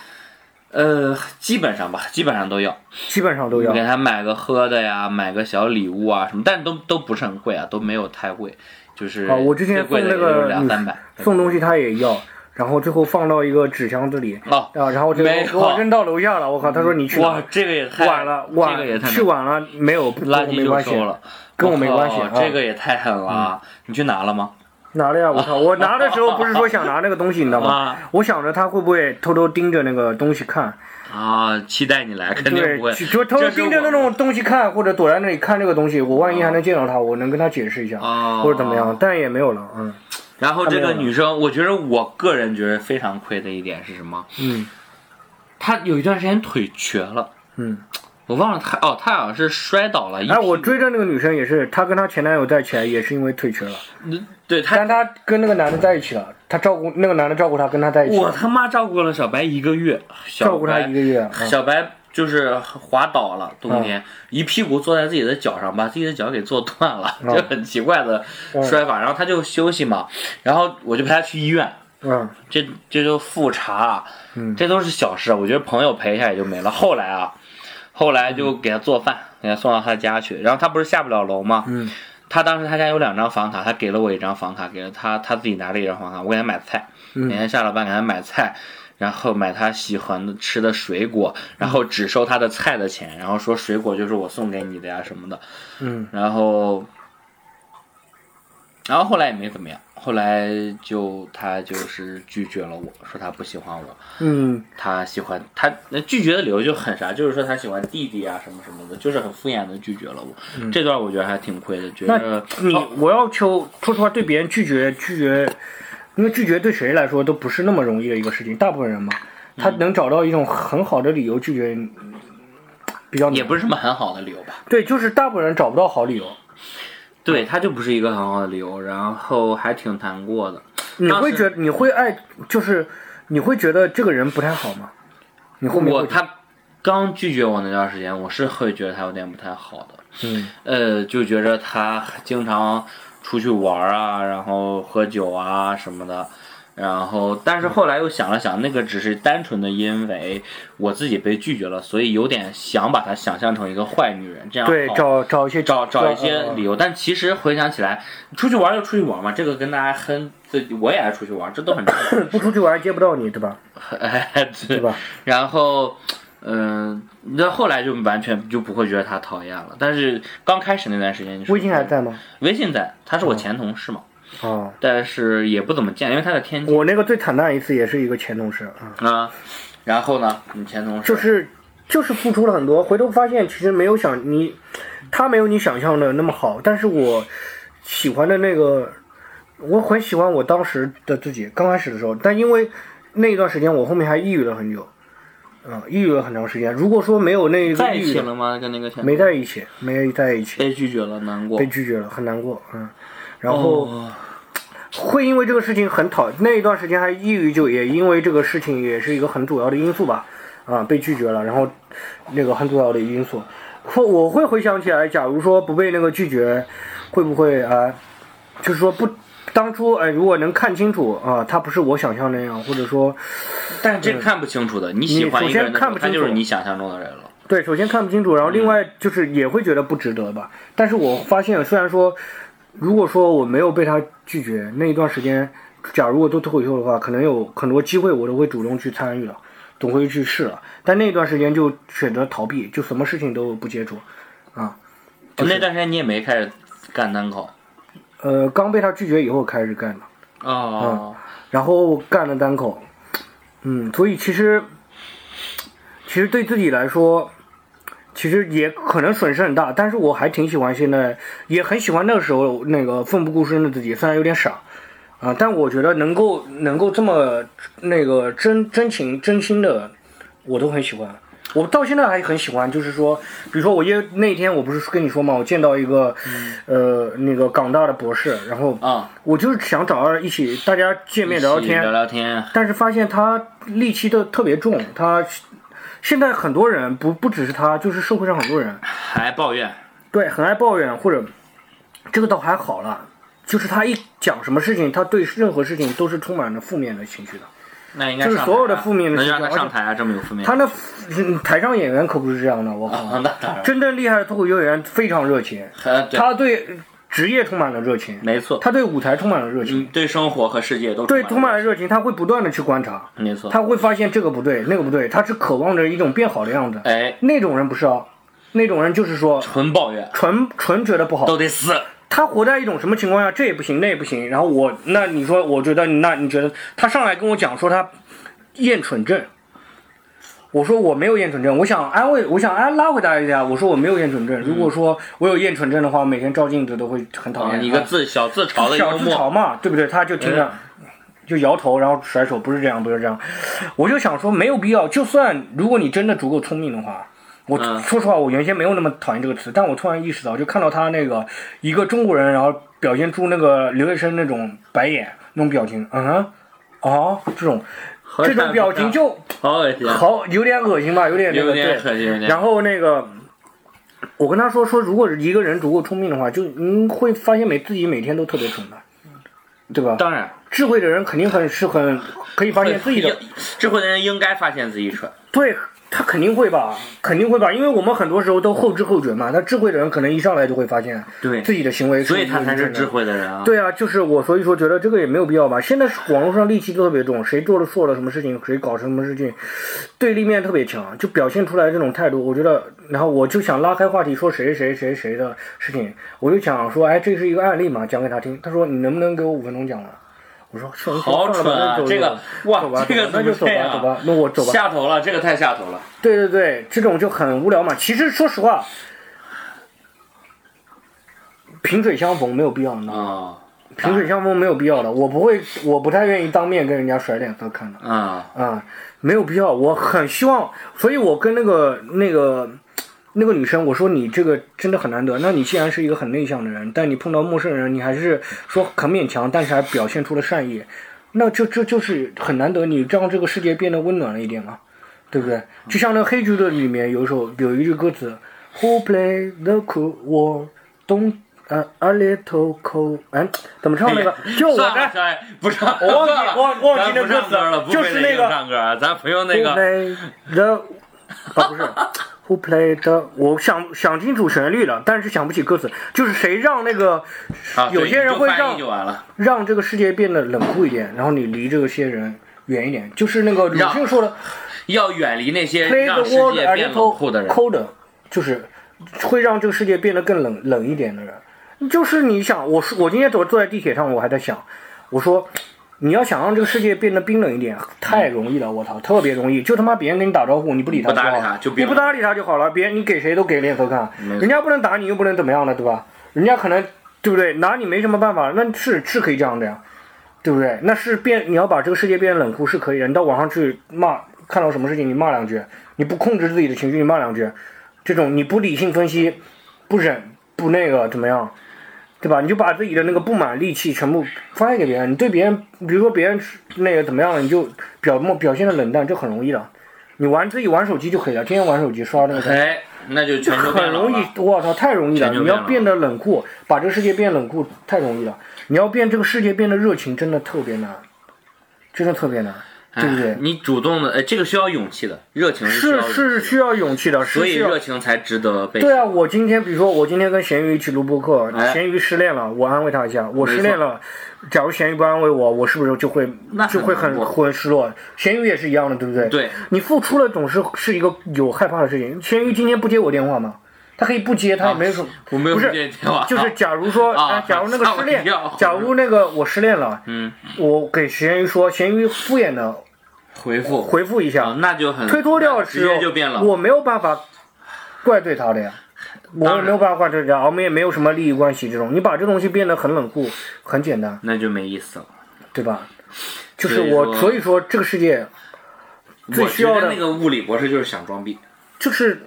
Speaker 2: 呃，基本上吧，基本上都要。
Speaker 1: 基本上都要
Speaker 2: 你。给他买个喝的呀，买个小礼物啊什么，但都都不是很贵啊，都没有太贵，就是
Speaker 1: 啊，我之前
Speaker 2: 最
Speaker 1: 送
Speaker 2: 贵的
Speaker 1: 那
Speaker 2: 也就是
Speaker 1: 个嗯
Speaker 2: 两
Speaker 1: 女
Speaker 2: 三百。
Speaker 1: 送东西他也要，然后最后放到一个纸箱子里。
Speaker 2: 哦，
Speaker 1: 啊，然后这
Speaker 2: 没有
Speaker 1: 个我扔到楼下了，我靠！他说你去哪
Speaker 2: 哇，这个也太
Speaker 1: 晚了，晚
Speaker 2: 这个也太
Speaker 1: 去晚了，没有跟
Speaker 2: 垃
Speaker 1: 我
Speaker 2: 圾
Speaker 1: 没
Speaker 2: 就
Speaker 1: 关系
Speaker 2: 收，了，
Speaker 1: 跟我没关系
Speaker 2: 靠
Speaker 1: 啊
Speaker 2: 哦
Speaker 1: 嗯
Speaker 2: 这个也太狠了啊，你去拿了吗？
Speaker 1: 拿了呀！我操，我拿的时候不是说想拿那个东西，你知道吗
Speaker 2: 啊？
Speaker 1: 我想着他会不会偷偷盯着那个东西看，
Speaker 2: 啊，期待你来，肯定
Speaker 1: 对
Speaker 2: 不会，。
Speaker 1: 就就偷偷盯着那种东西看，或者躲在那里看这个东西，我万一还能见到他，我能跟他解释一下，
Speaker 2: 哦
Speaker 1: 或者怎么样，但也没有了，嗯
Speaker 2: 然后这
Speaker 1: 他
Speaker 2: 个
Speaker 1: 没有
Speaker 2: 女生，我觉得我个人觉得非常亏的一点是什么？
Speaker 1: 嗯
Speaker 2: 她有一段时间腿瘸了，
Speaker 1: 嗯。
Speaker 2: 我忘了她哦，她好像是摔倒了一
Speaker 1: 哎，
Speaker 2: 屁
Speaker 1: 我追的那个女生也是，她跟她前男友在一起也是因为腿瘸了，
Speaker 2: 对她
Speaker 1: 但她跟那个男的在一起了，她照顾那个男的照顾她，跟她在一起
Speaker 2: 我他妈照顾了小白一个月，小白
Speaker 1: 照顾她一个月啊
Speaker 2: 小白就是滑倒了，冬天、
Speaker 1: 嗯
Speaker 2: 一屁股坐在自己的脚上，把自己的脚给坐断了，
Speaker 1: 嗯
Speaker 2: 就很奇怪的摔法。然后他就休息嘛，然后我就陪他去医院，
Speaker 1: 嗯，
Speaker 2: 这这就复查，啊这都是小事，我觉得朋友陪一下也就没了。后来啊，后来就给他做饭，给他送到他家去，然后他不是下不了楼吗？
Speaker 1: 嗯，
Speaker 2: 他当时他家有两张房卡，他给了我一张房卡，给了他他自己拿了一张房卡，我给他买菜，每天下了班给他买菜。然后买他喜欢的吃的水果，然后只收他的菜的钱，然后说水果就是我送给你的呀什么的，
Speaker 1: 嗯，
Speaker 2: 然后，然后后来也没怎么样，后来就他就是拒绝了我，说他不喜欢我，
Speaker 1: 嗯
Speaker 2: 他喜欢他那拒绝的理由就很啥，就是说他喜欢弟弟啊什么什么的，就是很敷衍的拒绝了我。这段我觉得还挺亏的，觉得
Speaker 1: 你我要求，说实话，对别人拒绝拒绝，因为拒绝对谁来说都不是那么容易的一个事情，大部分人嘛，他能找到一种很好的理由拒绝，比较难
Speaker 2: 也不是什么很好的理由吧。
Speaker 1: 对，就是大部分人找不到好理由。
Speaker 2: 对他就不是一个很好的理由，然后还挺难过的。
Speaker 1: 你会
Speaker 2: 当时
Speaker 1: 觉你会爱，就是你会觉得这个人不太好吗？你后面
Speaker 2: 我
Speaker 1: 会
Speaker 2: 他刚拒绝我那段时间，我是会觉得他有点不太好的，
Speaker 1: 嗯，
Speaker 2: 呃，就觉着他经常出去玩儿啊，然后喝酒啊什么的。然后，但是后来又想了想，那个只是单纯的因为我自己被拒绝了，所以有点想把她想象成一个坏女人，这样
Speaker 1: 对
Speaker 2: 啊
Speaker 1: 找
Speaker 2: 好
Speaker 1: 找一呃些
Speaker 2: 找找一些理
Speaker 1: 由，
Speaker 2: 由，但其实回想起来，出去玩儿就出去玩儿嘛，这个跟大家很，这我也爱出去玩儿，这都很正 常。
Speaker 1: 不出去玩接不到你，对吧？
Speaker 2: 哎，对
Speaker 1: 对吧？
Speaker 2: 然后，嗯、那后来就完全就不会觉得他讨厌了。但是刚开始那段时间，你说
Speaker 1: 微信还在吗？
Speaker 2: 微信在，他是我
Speaker 1: 嗯
Speaker 2: 前同事嘛，
Speaker 1: 哦，
Speaker 2: 但是也不怎么见，因为他在天津
Speaker 1: 我那个最惨淡一次也是一个前同事啊。
Speaker 2: 啊。然后呢，你前同事
Speaker 1: 就是就是付出了很多，回头发现其实没有想你，他没有你想象的那么好，但是我喜欢的那个，我很喜欢我当时的自己，刚开始的时候，但因为那一段时间我后面还抑郁了很久，嗯，抑郁了很长时间。如果说没有那
Speaker 2: 在
Speaker 1: 个
Speaker 2: 一
Speaker 1: 抑郁
Speaker 2: 起
Speaker 1: 的，
Speaker 2: 了吗？跟那个前
Speaker 1: 没在一起，没在一起，
Speaker 2: 被拒绝了，难过
Speaker 1: 被。拒绝了，很难过，嗯，然后。
Speaker 2: 哦，
Speaker 1: 会因为这个事情很讨，那一段时间还抑郁，就也因为这个事情也是一个很主要的因素吧，啊、被拒绝了，然后那个很主要的因素，或我会回想起来，假如说不被那个拒绝，会不会啊、呃就是说不。当初哎，如果能看清楚啊、他不是我想象那样，或者说，
Speaker 2: 但是这个看不清楚的，你喜欢一个
Speaker 1: 你首
Speaker 2: 人的时
Speaker 1: 先看
Speaker 2: 候，
Speaker 1: 不
Speaker 2: 他
Speaker 1: 清楚
Speaker 2: 就是你想象中的人了。
Speaker 1: 对，首先看不清楚，然后另外就是也会觉得不值得吧。但是我发现，虽然说，如果说我没有被他拒绝那一段时间，假如我做脱口秀的话，可能有很多机会我都会主动去参与了，总会去试了。但那段时间就选择逃避，就什么事情都不接触。
Speaker 2: 那段时间你也没开始干单口
Speaker 1: 呃，刚被他拒绝以后开始干的，
Speaker 2: 哦，
Speaker 1: 然后干了单口，嗯，所以其实其实对自己来说，其实也可能损失很大，但是我还挺喜欢现在，也很喜欢那个时候那个奋不顾身的自己，虽然有点傻，啊、但我觉得能够能够这么那个真真情真心的，我都很喜欢。我到现在还很喜欢，就是说，比如说我因为那天我不是跟你说嘛，我见到一个，呃，那个港大的博士，然后
Speaker 2: 啊，
Speaker 1: 我就是想找他一起大家见面聊聊天
Speaker 2: 一起，聊聊天，
Speaker 1: 但是发现他戾气都特别重，他现在很多人不不只是他，就是社会上很多人
Speaker 2: 还抱怨，
Speaker 1: 对很爱抱怨，或者这个倒还好了，就是他一讲什么事情，他对任何事情都是充满了负面的情绪的。
Speaker 2: 那应该
Speaker 1: 就是
Speaker 2: 上
Speaker 1: 所有
Speaker 2: 台
Speaker 1: 的
Speaker 2: 啊
Speaker 1: 负面的
Speaker 2: 能
Speaker 1: 事
Speaker 2: 让
Speaker 1: 情
Speaker 2: 他
Speaker 1: 而
Speaker 2: 上
Speaker 1: 且
Speaker 2: 台啊，这么有负面，
Speaker 1: 他那嗯台上演员可不是这样的，我靠，
Speaker 2: 啊，那当然，
Speaker 1: 真正厉害的脱口秀演员非常热情，
Speaker 2: 呃对，
Speaker 1: 他对职业充满了热情，
Speaker 2: 没错，
Speaker 1: 他对舞台充满了热情，
Speaker 2: 嗯，对生活和世界都
Speaker 1: 对充
Speaker 2: 充
Speaker 1: 满
Speaker 2: 满
Speaker 1: 了热情，他会不断的去观察，
Speaker 2: 了没错，
Speaker 1: 他会发现这个不对，那个不对，他是渴望着一种变好的样子。
Speaker 2: 哎，
Speaker 1: 那种人不是啊，那种人就是说
Speaker 2: 纯抱怨
Speaker 1: 纯纯觉得不好，
Speaker 2: 都得死，啊
Speaker 1: 他活在一种什么情况下，这也不行，那也不行。然后我那你说，我觉得那你觉得他上来跟我讲说他厌蠢症，我说我没有厌蠢症，我想安慰，我想安拉回大家一下，我说我没有厌蠢症。如果说我有厌蠢症的话，每天照镜子都会很讨
Speaker 2: 啊，
Speaker 1: 厌。
Speaker 2: 一个
Speaker 1: 啊
Speaker 2: 自小自嘲的
Speaker 1: 小
Speaker 2: 幽
Speaker 1: 自
Speaker 2: 默，
Speaker 1: 嘲嘛，对不对？他就听着。
Speaker 2: 嗯
Speaker 1: 就摇头，然后甩手，不是这样，不是这样。我就想说，没有必要。就算如果你真的足够聪明的话，我、
Speaker 2: 嗯
Speaker 1: 说实话，我原先没有那么讨厌这个词，但我突然意识到，就看到他那个一个中国人，然后表现出那个留学生那种白眼那种表情，嗯哼，哦，这种
Speaker 2: 和
Speaker 1: 这
Speaker 2: 善
Speaker 1: 种表情就
Speaker 2: 好恶心，啊
Speaker 1: 好有点恶心吧，有点那个
Speaker 2: 嗯有点
Speaker 1: 对。
Speaker 2: 恶心，有点
Speaker 1: 然后那个，我跟他说说，如果一个人足够聪明的话，就您会发现每自己每天都特别蠢的，对吧？
Speaker 2: 嗯当然，
Speaker 1: 智慧的人肯定很是很可以发现自己的，
Speaker 2: 会智慧的人应该发现自己蠢，
Speaker 1: 对他肯定会吧，肯定会吧，因为我们很多时候都后知后觉嘛。那智慧的人可能一上来就会发现
Speaker 2: 对
Speaker 1: 自己的行为是
Speaker 2: 所以
Speaker 1: 不
Speaker 2: 他才是
Speaker 1: 正常的
Speaker 2: 智。慧的人啊。
Speaker 1: 对啊，就是我，所以说觉得这个也没有必要吧。现在是网络上戾气都特别重，谁做了错了什么事情，谁搞什么事情，对立面特别强，就表现出来这种态度。我觉得，然后我就想拉开话题说谁谁谁谁的事情，我就想说，哎，这是一个案例嘛，讲给他听。他说你能不能给我五分钟讲完？我说算了
Speaker 2: 好
Speaker 1: 算了吧
Speaker 2: 蠢啊
Speaker 1: 那！走
Speaker 2: 这个
Speaker 1: 走
Speaker 2: 哇
Speaker 1: 吧，
Speaker 2: 这个
Speaker 1: 走吧那
Speaker 2: 怎
Speaker 1: 就
Speaker 2: 么
Speaker 1: 走
Speaker 2: 这样
Speaker 1: 吧，
Speaker 2: 啊
Speaker 1: 走吧，那我走吧。
Speaker 2: 下头了，这个太下头了。
Speaker 1: 对对对，这种就很无聊嘛。其实说实话，萍水相逢没有必要闹，
Speaker 2: 啊
Speaker 1: 萍水相逢没有必要的。我不会，我不太愿意当面跟人家甩脸色看的
Speaker 2: 啊！
Speaker 1: 啊，没有必要。我很希望，所以我跟那个那个。那个女生，我说你这个真的很难得。那你既然是一个很内向的人，但你碰到陌生人，你还是说很勉强，但是还表现出了善意，那就这就是很难得。你让这个世界变得温暖了一点嘛，对不对？就像那个黑剧的里面有一首有一句歌词，Who play the cool war, don't 呃 a little cold，哎，怎么唱那个？就我
Speaker 2: 算
Speaker 1: 在
Speaker 2: 了，算了，不唱，
Speaker 1: 我忘记
Speaker 2: 算了
Speaker 1: 忘忘记那
Speaker 2: 咱不唱
Speaker 1: 歌词
Speaker 2: 了，不
Speaker 1: 就
Speaker 2: 非
Speaker 1: 是
Speaker 2: 得
Speaker 1: 那个
Speaker 2: 硬唱歌啊，咱不用那
Speaker 1: Who
Speaker 2: 个
Speaker 1: play the 啊不是 Who play the 我想想清楚旋律了，但是想不起歌词，就是谁让那个
Speaker 2: 啊，
Speaker 1: 有
Speaker 2: 对
Speaker 1: 些人
Speaker 2: 就
Speaker 1: 会
Speaker 2: 翻译
Speaker 1: 让
Speaker 2: 就完了，
Speaker 1: 让这个世界变得冷酷一点，然后你离这些人远一点，就是那个鲁
Speaker 2: 让
Speaker 1: 迅说的
Speaker 2: 要远离那些
Speaker 1: play the
Speaker 2: 让世
Speaker 1: world
Speaker 2: 界
Speaker 1: a
Speaker 2: 变冷酷的
Speaker 1: little
Speaker 2: 人。
Speaker 1: colder，就是会让这个世界变得更冷冷一点的人。就是你想，我说我今天走坐在地铁上，我还在想，我说你要想让这个世界变得冰冷一点，太容易了，我操，特别容易，就他妈别人跟你打招呼，你不理他
Speaker 2: 不
Speaker 1: 就好
Speaker 2: 搭
Speaker 1: 了，
Speaker 2: 理他就
Speaker 1: 你
Speaker 2: 冰
Speaker 1: 不
Speaker 2: 冷
Speaker 1: 搭理他就好了，别人你给谁都给脸色看，
Speaker 2: 没错
Speaker 1: 人家不能打你又不能怎么样了，对吧？人家可能对不对，拿你没什么办法，那是是可以这样的呀。对不对？那是变，你要把这个世界变得冷酷是可以的。你到网上去骂，看到什么事情你骂两句，你不控制自己的情绪你骂两句，这种你不理性分析，不忍不那个怎么样，对吧？你就把自己的那个不满戾气全部发泄给别人。你对别人，比如说别人是那个怎么样了，你就表表现的冷淡，这很容易的。你玩自己玩手机就可以了，天天玩手机刷那个。
Speaker 2: 哎，那就全都变
Speaker 1: 很
Speaker 2: 冷
Speaker 1: 容易
Speaker 2: 了。，
Speaker 1: 我操，太容易了！
Speaker 2: 全球
Speaker 1: 你
Speaker 2: 变
Speaker 1: 要
Speaker 2: 冷了
Speaker 1: 变得冷酷，把这个世界变冷酷，太容易了。你要变这个世界变得热情，真的特别难，真的特别难，对不
Speaker 2: 哎
Speaker 1: 对？
Speaker 2: 你主动的，哎，这个需要勇气的，热情需
Speaker 1: 是
Speaker 2: 要勇气
Speaker 1: 是
Speaker 2: 的，
Speaker 1: 需要勇气的，是
Speaker 2: 所以
Speaker 1: 需要
Speaker 2: 热情才值得被。
Speaker 1: 对啊，我今天比如说，我今天跟咸鱼一起录播客，
Speaker 2: 哎
Speaker 1: 咸鱼失恋了，我安慰他一下。我失恋了，假如咸鱼不安慰我，我是不是就会
Speaker 2: 那
Speaker 1: 就
Speaker 2: 很
Speaker 1: 会很
Speaker 2: 难过
Speaker 1: 会失落？咸鱼也是一样的，对不对？
Speaker 2: 对，
Speaker 1: 你付出了总是是一个有害怕的事情。咸鱼今天不接我电话吗？他可以不接，他也没什么。
Speaker 2: 我没有
Speaker 1: 不是
Speaker 2: 不接电话
Speaker 1: 就是假如说，
Speaker 2: 啊
Speaker 1: 哎，假如那个
Speaker 2: 吓我
Speaker 1: 失恋
Speaker 2: 一跳，
Speaker 1: 假如那个我失恋了，
Speaker 2: 嗯，
Speaker 1: 我给咸鱼说，咸鱼敷衍的
Speaker 2: 回复
Speaker 1: 回复一下
Speaker 2: 啊，，那就很
Speaker 1: 推脱掉的
Speaker 2: 直
Speaker 1: 时候
Speaker 2: 接就变了。
Speaker 1: 我没有办法怪罪他的呀，我
Speaker 2: 当
Speaker 1: 也
Speaker 2: 然
Speaker 1: 没有办法怪罪他，我们也没有什么利益关系这种，你把这东西变得很冷酷，很简单，
Speaker 2: 那就没意思了。
Speaker 1: 对吧？就是
Speaker 2: 所以
Speaker 1: 我，
Speaker 2: 说
Speaker 1: 所以说这个世界最
Speaker 2: 我
Speaker 1: 需
Speaker 2: 觉
Speaker 1: 要
Speaker 2: 得
Speaker 1: 的
Speaker 2: 那个物理博士就是想装逼，
Speaker 1: 就是，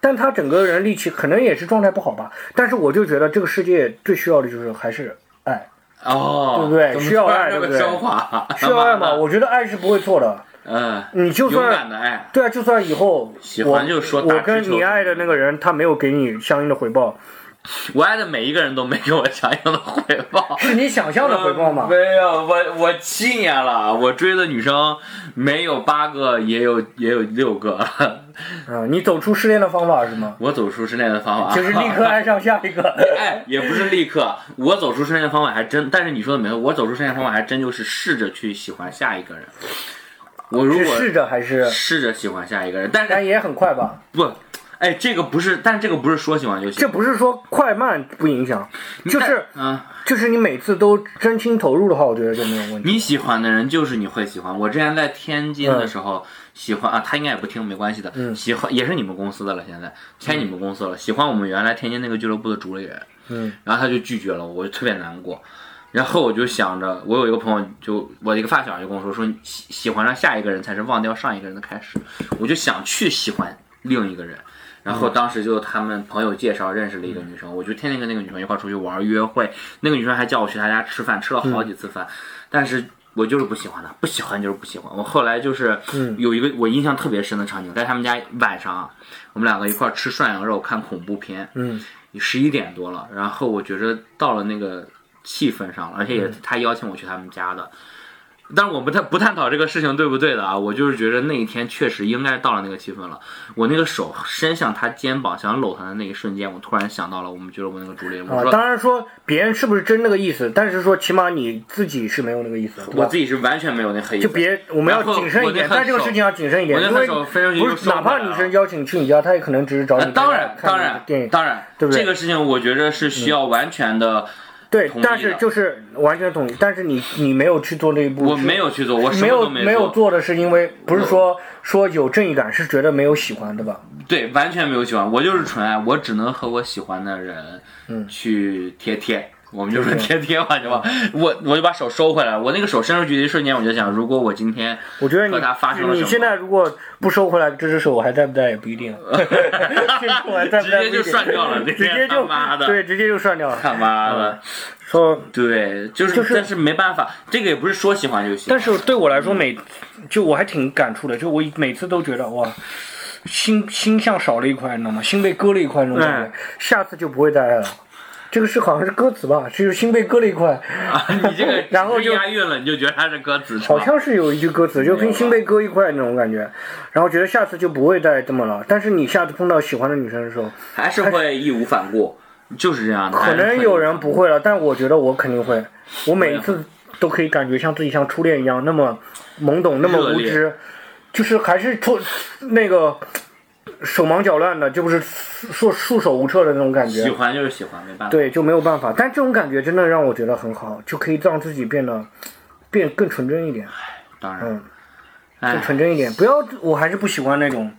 Speaker 1: 但他整个人力气可能也是状态不好吧，但是我就觉得这个世界最需要的就是还是爱，
Speaker 2: 哦，
Speaker 1: 对不对
Speaker 2: 怎么
Speaker 1: 需要
Speaker 2: 突然
Speaker 1: 爱对
Speaker 2: 这
Speaker 1: 不对
Speaker 2: 么升华，
Speaker 1: 需要 爱嘛？我觉得爱是不会错的，
Speaker 2: 嗯，
Speaker 1: 你就
Speaker 2: 勇敢
Speaker 1: 算。
Speaker 2: 的哎爱，
Speaker 1: 对啊，就算以后
Speaker 2: 喜
Speaker 1: 我
Speaker 2: 欢就说打
Speaker 1: 我
Speaker 2: 直
Speaker 1: 跟
Speaker 2: 球
Speaker 1: 你爱的那个人，他没有给你相应的回报，
Speaker 2: 我爱的每一个人都没给我相应的回报。 嗯
Speaker 1: 是你想象的回报吗？
Speaker 2: 没有，我我七年了，我追的女生没有八个，也有也有六个。
Speaker 1: 嗯，你走出失恋的方法是吗？
Speaker 2: 我走出失恋的方法
Speaker 1: 就是立刻爱上下一个。
Speaker 2: 哎，也不是立刻，我走出失恋的方法还真，但是你说的没错，我走出失恋的方法还真就是试着去喜欢下一个人。我如
Speaker 1: 是
Speaker 2: 果
Speaker 1: 试着还是？
Speaker 2: 试着喜欢下一个人，但是
Speaker 1: 但也很快吧，
Speaker 2: 不，哎，这个不是，但这个不是说喜欢就喜
Speaker 1: 这
Speaker 2: 欢，
Speaker 1: 不是说快慢不影响，就是
Speaker 2: 嗯，
Speaker 1: 就是你每次都真心投入的话，我觉得就没有问题。
Speaker 2: 你喜欢的人就是你会喜欢。我之前在天津的时
Speaker 1: 嗯
Speaker 2: 候，喜欢啊，他应该也不听，没关系的。喜欢也是你们公司的了，现在签你们公司了，喜欢我们原来天津那个俱乐部的主理人。
Speaker 1: 嗯，
Speaker 2: 然后他就拒绝了我，我就特别难过。然后我就想着，我有一个朋友就，我一个发小就跟我说，说你喜喜欢上下一个人才是忘掉上一个人的开始。我就想去喜欢另一个人。然
Speaker 1: 嗯
Speaker 2: 后当时就他们朋友介绍认识了一个女生，我就天天跟那个女生一块儿出去玩儿约会，那个女生还叫我去她家吃饭，吃了好几次饭，但是我就是不喜欢她，不喜欢就是不喜欢。我后来就是有一个我印象特别深的场景，在他们家晚上啊，我们两个一块儿吃涮羊肉看恐怖片，
Speaker 1: 嗯，
Speaker 2: 十一点多了，然后我觉着到了那个气氛上了，而且也他邀请我去他们家的。但是我不探不探讨这个事情对不对的啊，我就是觉着那一天确实应该到了那个气氛了。我那个手伸向他肩膀想搂他的那一瞬间，我突然想到了我们俱乐部那个主力，我
Speaker 1: 啊，
Speaker 2: 说
Speaker 1: 当然说别人是不是真那个意思，但是说起码你自己是没有那个意思，对
Speaker 2: 我
Speaker 1: 吧？
Speaker 2: 自己是完全没有那黑意思
Speaker 1: 就别我们要
Speaker 2: 然后
Speaker 1: 谨慎一点，
Speaker 2: 我那
Speaker 1: 在
Speaker 2: 狠
Speaker 1: 这个
Speaker 2: 手
Speaker 1: 事情上谨慎一点，
Speaker 2: 我那
Speaker 1: 因
Speaker 2: 狠
Speaker 1: 为
Speaker 2: 手飞上去
Speaker 1: 不
Speaker 2: 就是受不
Speaker 1: 哪怕
Speaker 2: 了
Speaker 1: 女生邀请去你家，她也可能只是找
Speaker 2: 呃
Speaker 1: 你
Speaker 2: 当然
Speaker 1: 看
Speaker 2: 当
Speaker 1: 看
Speaker 2: 然
Speaker 1: 电影，
Speaker 2: 当然，
Speaker 1: 对不对嗯
Speaker 2: 这个事情我觉着是需要完全的，
Speaker 1: 对
Speaker 2: 同，意
Speaker 1: 但是
Speaker 2: 了
Speaker 1: 就是完全同意，但是你你没有去做这一步，
Speaker 2: 我
Speaker 1: 是
Speaker 2: 没有去做，我什
Speaker 1: 没
Speaker 2: 么
Speaker 1: 有
Speaker 2: 都
Speaker 1: 没有
Speaker 2: 做，嗯
Speaker 1: 做的是因为不是说说有正义感，是觉得没有喜欢，对吧？
Speaker 2: 对，完全没有喜欢，我就是纯爱，我只能和我喜欢的人
Speaker 1: 嗯
Speaker 2: 去贴贴。我们就说贴贴吧，行吧。我我就把手收回来了，我那个手伸出去的一瞬间，我就想，如果我 今天
Speaker 1: 我觉得
Speaker 2: 和他发生了
Speaker 1: 你
Speaker 2: 什
Speaker 1: 你
Speaker 2: 么
Speaker 1: 现在如果不收回来这只手，我还在不在也不一定， 这手我还在不在不一定
Speaker 2: 直接就涮掉了
Speaker 1: 直接
Speaker 2: 这
Speaker 1: 就
Speaker 2: 他妈的
Speaker 1: 对，直接就涮掉了。
Speaker 2: 他妈的，
Speaker 1: 说，
Speaker 2: 对，就是，
Speaker 1: 嗯就是
Speaker 2: 但是没办法，这个也不是说喜欢就行。
Speaker 1: 但是对我来说每就我还挺感触的，就我每次都觉得哇。心心像少了一块，你知道吗？心被割了一块那种感
Speaker 2: 嗯
Speaker 1: 觉，下次就不会再爱了。这个是好像是歌词吧，就是心被割了一块，
Speaker 2: 啊， 你这个
Speaker 1: 然后就
Speaker 2: 押韵了，你就觉得它是歌词是
Speaker 1: 好
Speaker 2: 吧？
Speaker 1: 像是有一句歌词，就
Speaker 2: 没有
Speaker 1: 跟
Speaker 2: 吧
Speaker 1: 心被割一块那种感觉，然后觉得下次就不会再这么了。但是你下次碰到喜欢的女生的时候，
Speaker 2: 还是会义无反顾，就是这样的。
Speaker 1: 可
Speaker 2: 还是
Speaker 1: 能
Speaker 2: 哎会
Speaker 1: 有人不会了，但我觉得我肯定会。我每一次都可以感觉像自己像初恋一样那么懵懂，那么无
Speaker 2: 热
Speaker 1: 知，就是还是错那个手忙脚乱的，就不是束束手无策的那种感
Speaker 2: 喜
Speaker 1: 觉。
Speaker 2: 欢就是喜欢，没办法。
Speaker 1: 对，就没有办法。但这种感觉真的让我觉得很好，就可以让自己变得变更纯真一点，
Speaker 2: 当然，
Speaker 1: 嗯，更
Speaker 2: 哎，
Speaker 1: 纯真一点。不要，我还是不喜欢那种，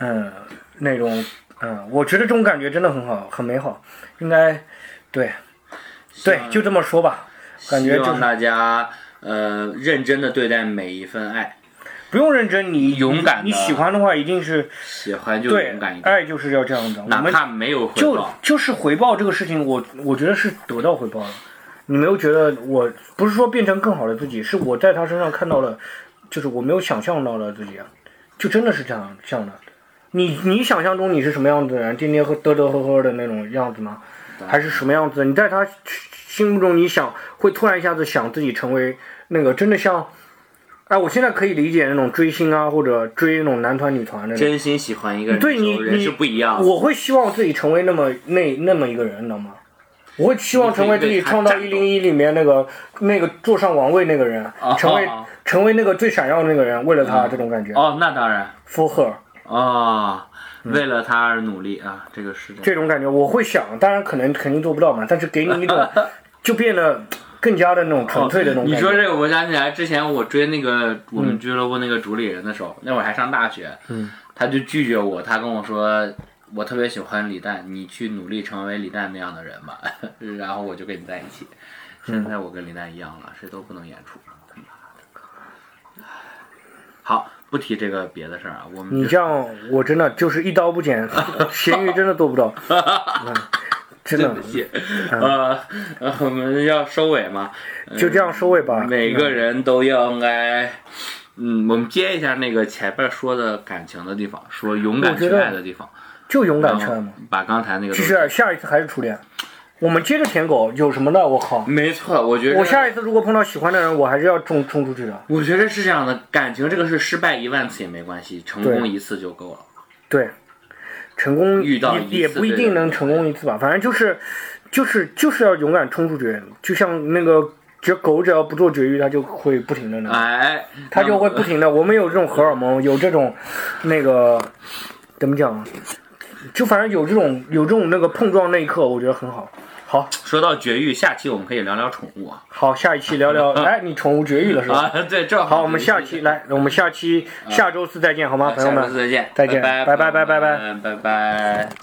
Speaker 1: 嗯，那种，嗯，我觉得这种感觉真的很好，很美好，应该，对。对，就这么说吧，感觉
Speaker 2: 希
Speaker 1: 就
Speaker 2: 望
Speaker 1: 是
Speaker 2: 大家呃认真的对待每一份爱，
Speaker 1: 不用认真，你
Speaker 2: 勇敢
Speaker 1: 你
Speaker 2: 的
Speaker 1: 喜欢的话一定是
Speaker 2: 喜欢就
Speaker 1: 对
Speaker 2: 勇敢一，点，
Speaker 1: 爱就是要这样的。我
Speaker 2: 哪
Speaker 1: 们
Speaker 2: 怕没有回
Speaker 1: 就
Speaker 2: 报。
Speaker 1: 就是回报这个事情，我我觉得是得到回报了。你没有觉得我不是说变成更好的自己，是我在他身上看到了，就是我没有想象到的自己啊，就真的是这样这样的。你你想象中你是什么样子的人，天天喝嘚嘚呵呵的那种样子吗？还是什么样子？你在他心目中，你想会突然一下子想自己成为那个真的像，哎，我现在可以理解那种追星啊，或者追那种男团女团的那种。
Speaker 2: 真心喜欢一个人，
Speaker 1: 对你
Speaker 2: 人
Speaker 1: 你
Speaker 2: 是不一样的。
Speaker 1: 我会希望自己成为那么那那么一个人，你知道吗？我会希望成为自己《创造一零一》里面那个那个坐上王位那个人，成为
Speaker 2: 啊
Speaker 1: 成为那个最闪耀的那个人，为了他这种感觉
Speaker 2: 哦，那当然
Speaker 1: ，for her
Speaker 2: 哦，
Speaker 1: 嗯
Speaker 2: 为了他而努力啊，这个是真的
Speaker 1: 这种感觉，我会想，当然可能肯定做不到嘛，但是给你一种就变得更加的那种纯粹的那种感
Speaker 2: 嗯哦你
Speaker 1: 觉。
Speaker 2: 说这个，我想起来之前我追那个我们俱乐部那个主理人的时候，那会儿还上大学，
Speaker 1: 嗯，
Speaker 2: 他就拒绝我，他跟我说我特别喜欢李诞，你去努力成为李诞那样的人吧， 然后我就跟你在一起。现在我跟李诞一样了，谁都不能演出。好，不提这个别的事儿啊，我们
Speaker 1: 你
Speaker 2: 就
Speaker 1: 这样，我真的就是一刀不 剪，咸鱼真的做不到，嗯、真的
Speaker 2: 对不起，
Speaker 1: 嗯
Speaker 2: 呃，呃我们要收尾嘛，
Speaker 1: 就这样收尾 吧。
Speaker 2: 每个人都应该， 嗯，我们接一下那个前面说的感情的地方，说勇敢
Speaker 1: 我觉
Speaker 2: 去
Speaker 1: 得
Speaker 2: 爱的地方，
Speaker 1: 就勇敢
Speaker 2: 然
Speaker 1: 去
Speaker 2: 后
Speaker 1: 爱嘛。
Speaker 2: 把刚才那个
Speaker 1: 其
Speaker 2: 东西，
Speaker 1: 实下一次还是初恋，我们接着舔狗有什么的？我靠！
Speaker 2: 没错，我觉得
Speaker 1: 我下一次如果碰到喜欢的人，我还是要冲冲出去的。
Speaker 2: 我觉得是这样的，感情这个是失败一万次也没关系，成功
Speaker 1: 对
Speaker 2: 一次就够了。
Speaker 1: 对，成功
Speaker 2: 遇到一次
Speaker 1: 也也不一定能成功一次吧，反正就是就是就是要勇敢冲出去，就像那个。只狗只要不做绝育，它就会不停的那个，
Speaker 2: 哎，
Speaker 1: 它就会
Speaker 2: 那
Speaker 1: 不停的。我们有这种荷尔蒙，有这种那个怎么讲，啊就反正有这种有这种那个碰撞那一刻，我觉得很好。好，
Speaker 2: 说到绝育，下期我们可以聊聊宠物啊。
Speaker 1: 好，下一期聊 聊，哎，你宠物绝育了是吧？
Speaker 2: 啊， 对，正好
Speaker 1: 好，我们下期来，我们下期下周四再见，好吗，朋友
Speaker 2: 下
Speaker 1: 们
Speaker 2: 次？再见，
Speaker 1: 再见
Speaker 2: 拜
Speaker 1: 拜拜拜拜
Speaker 2: 拜拜拜。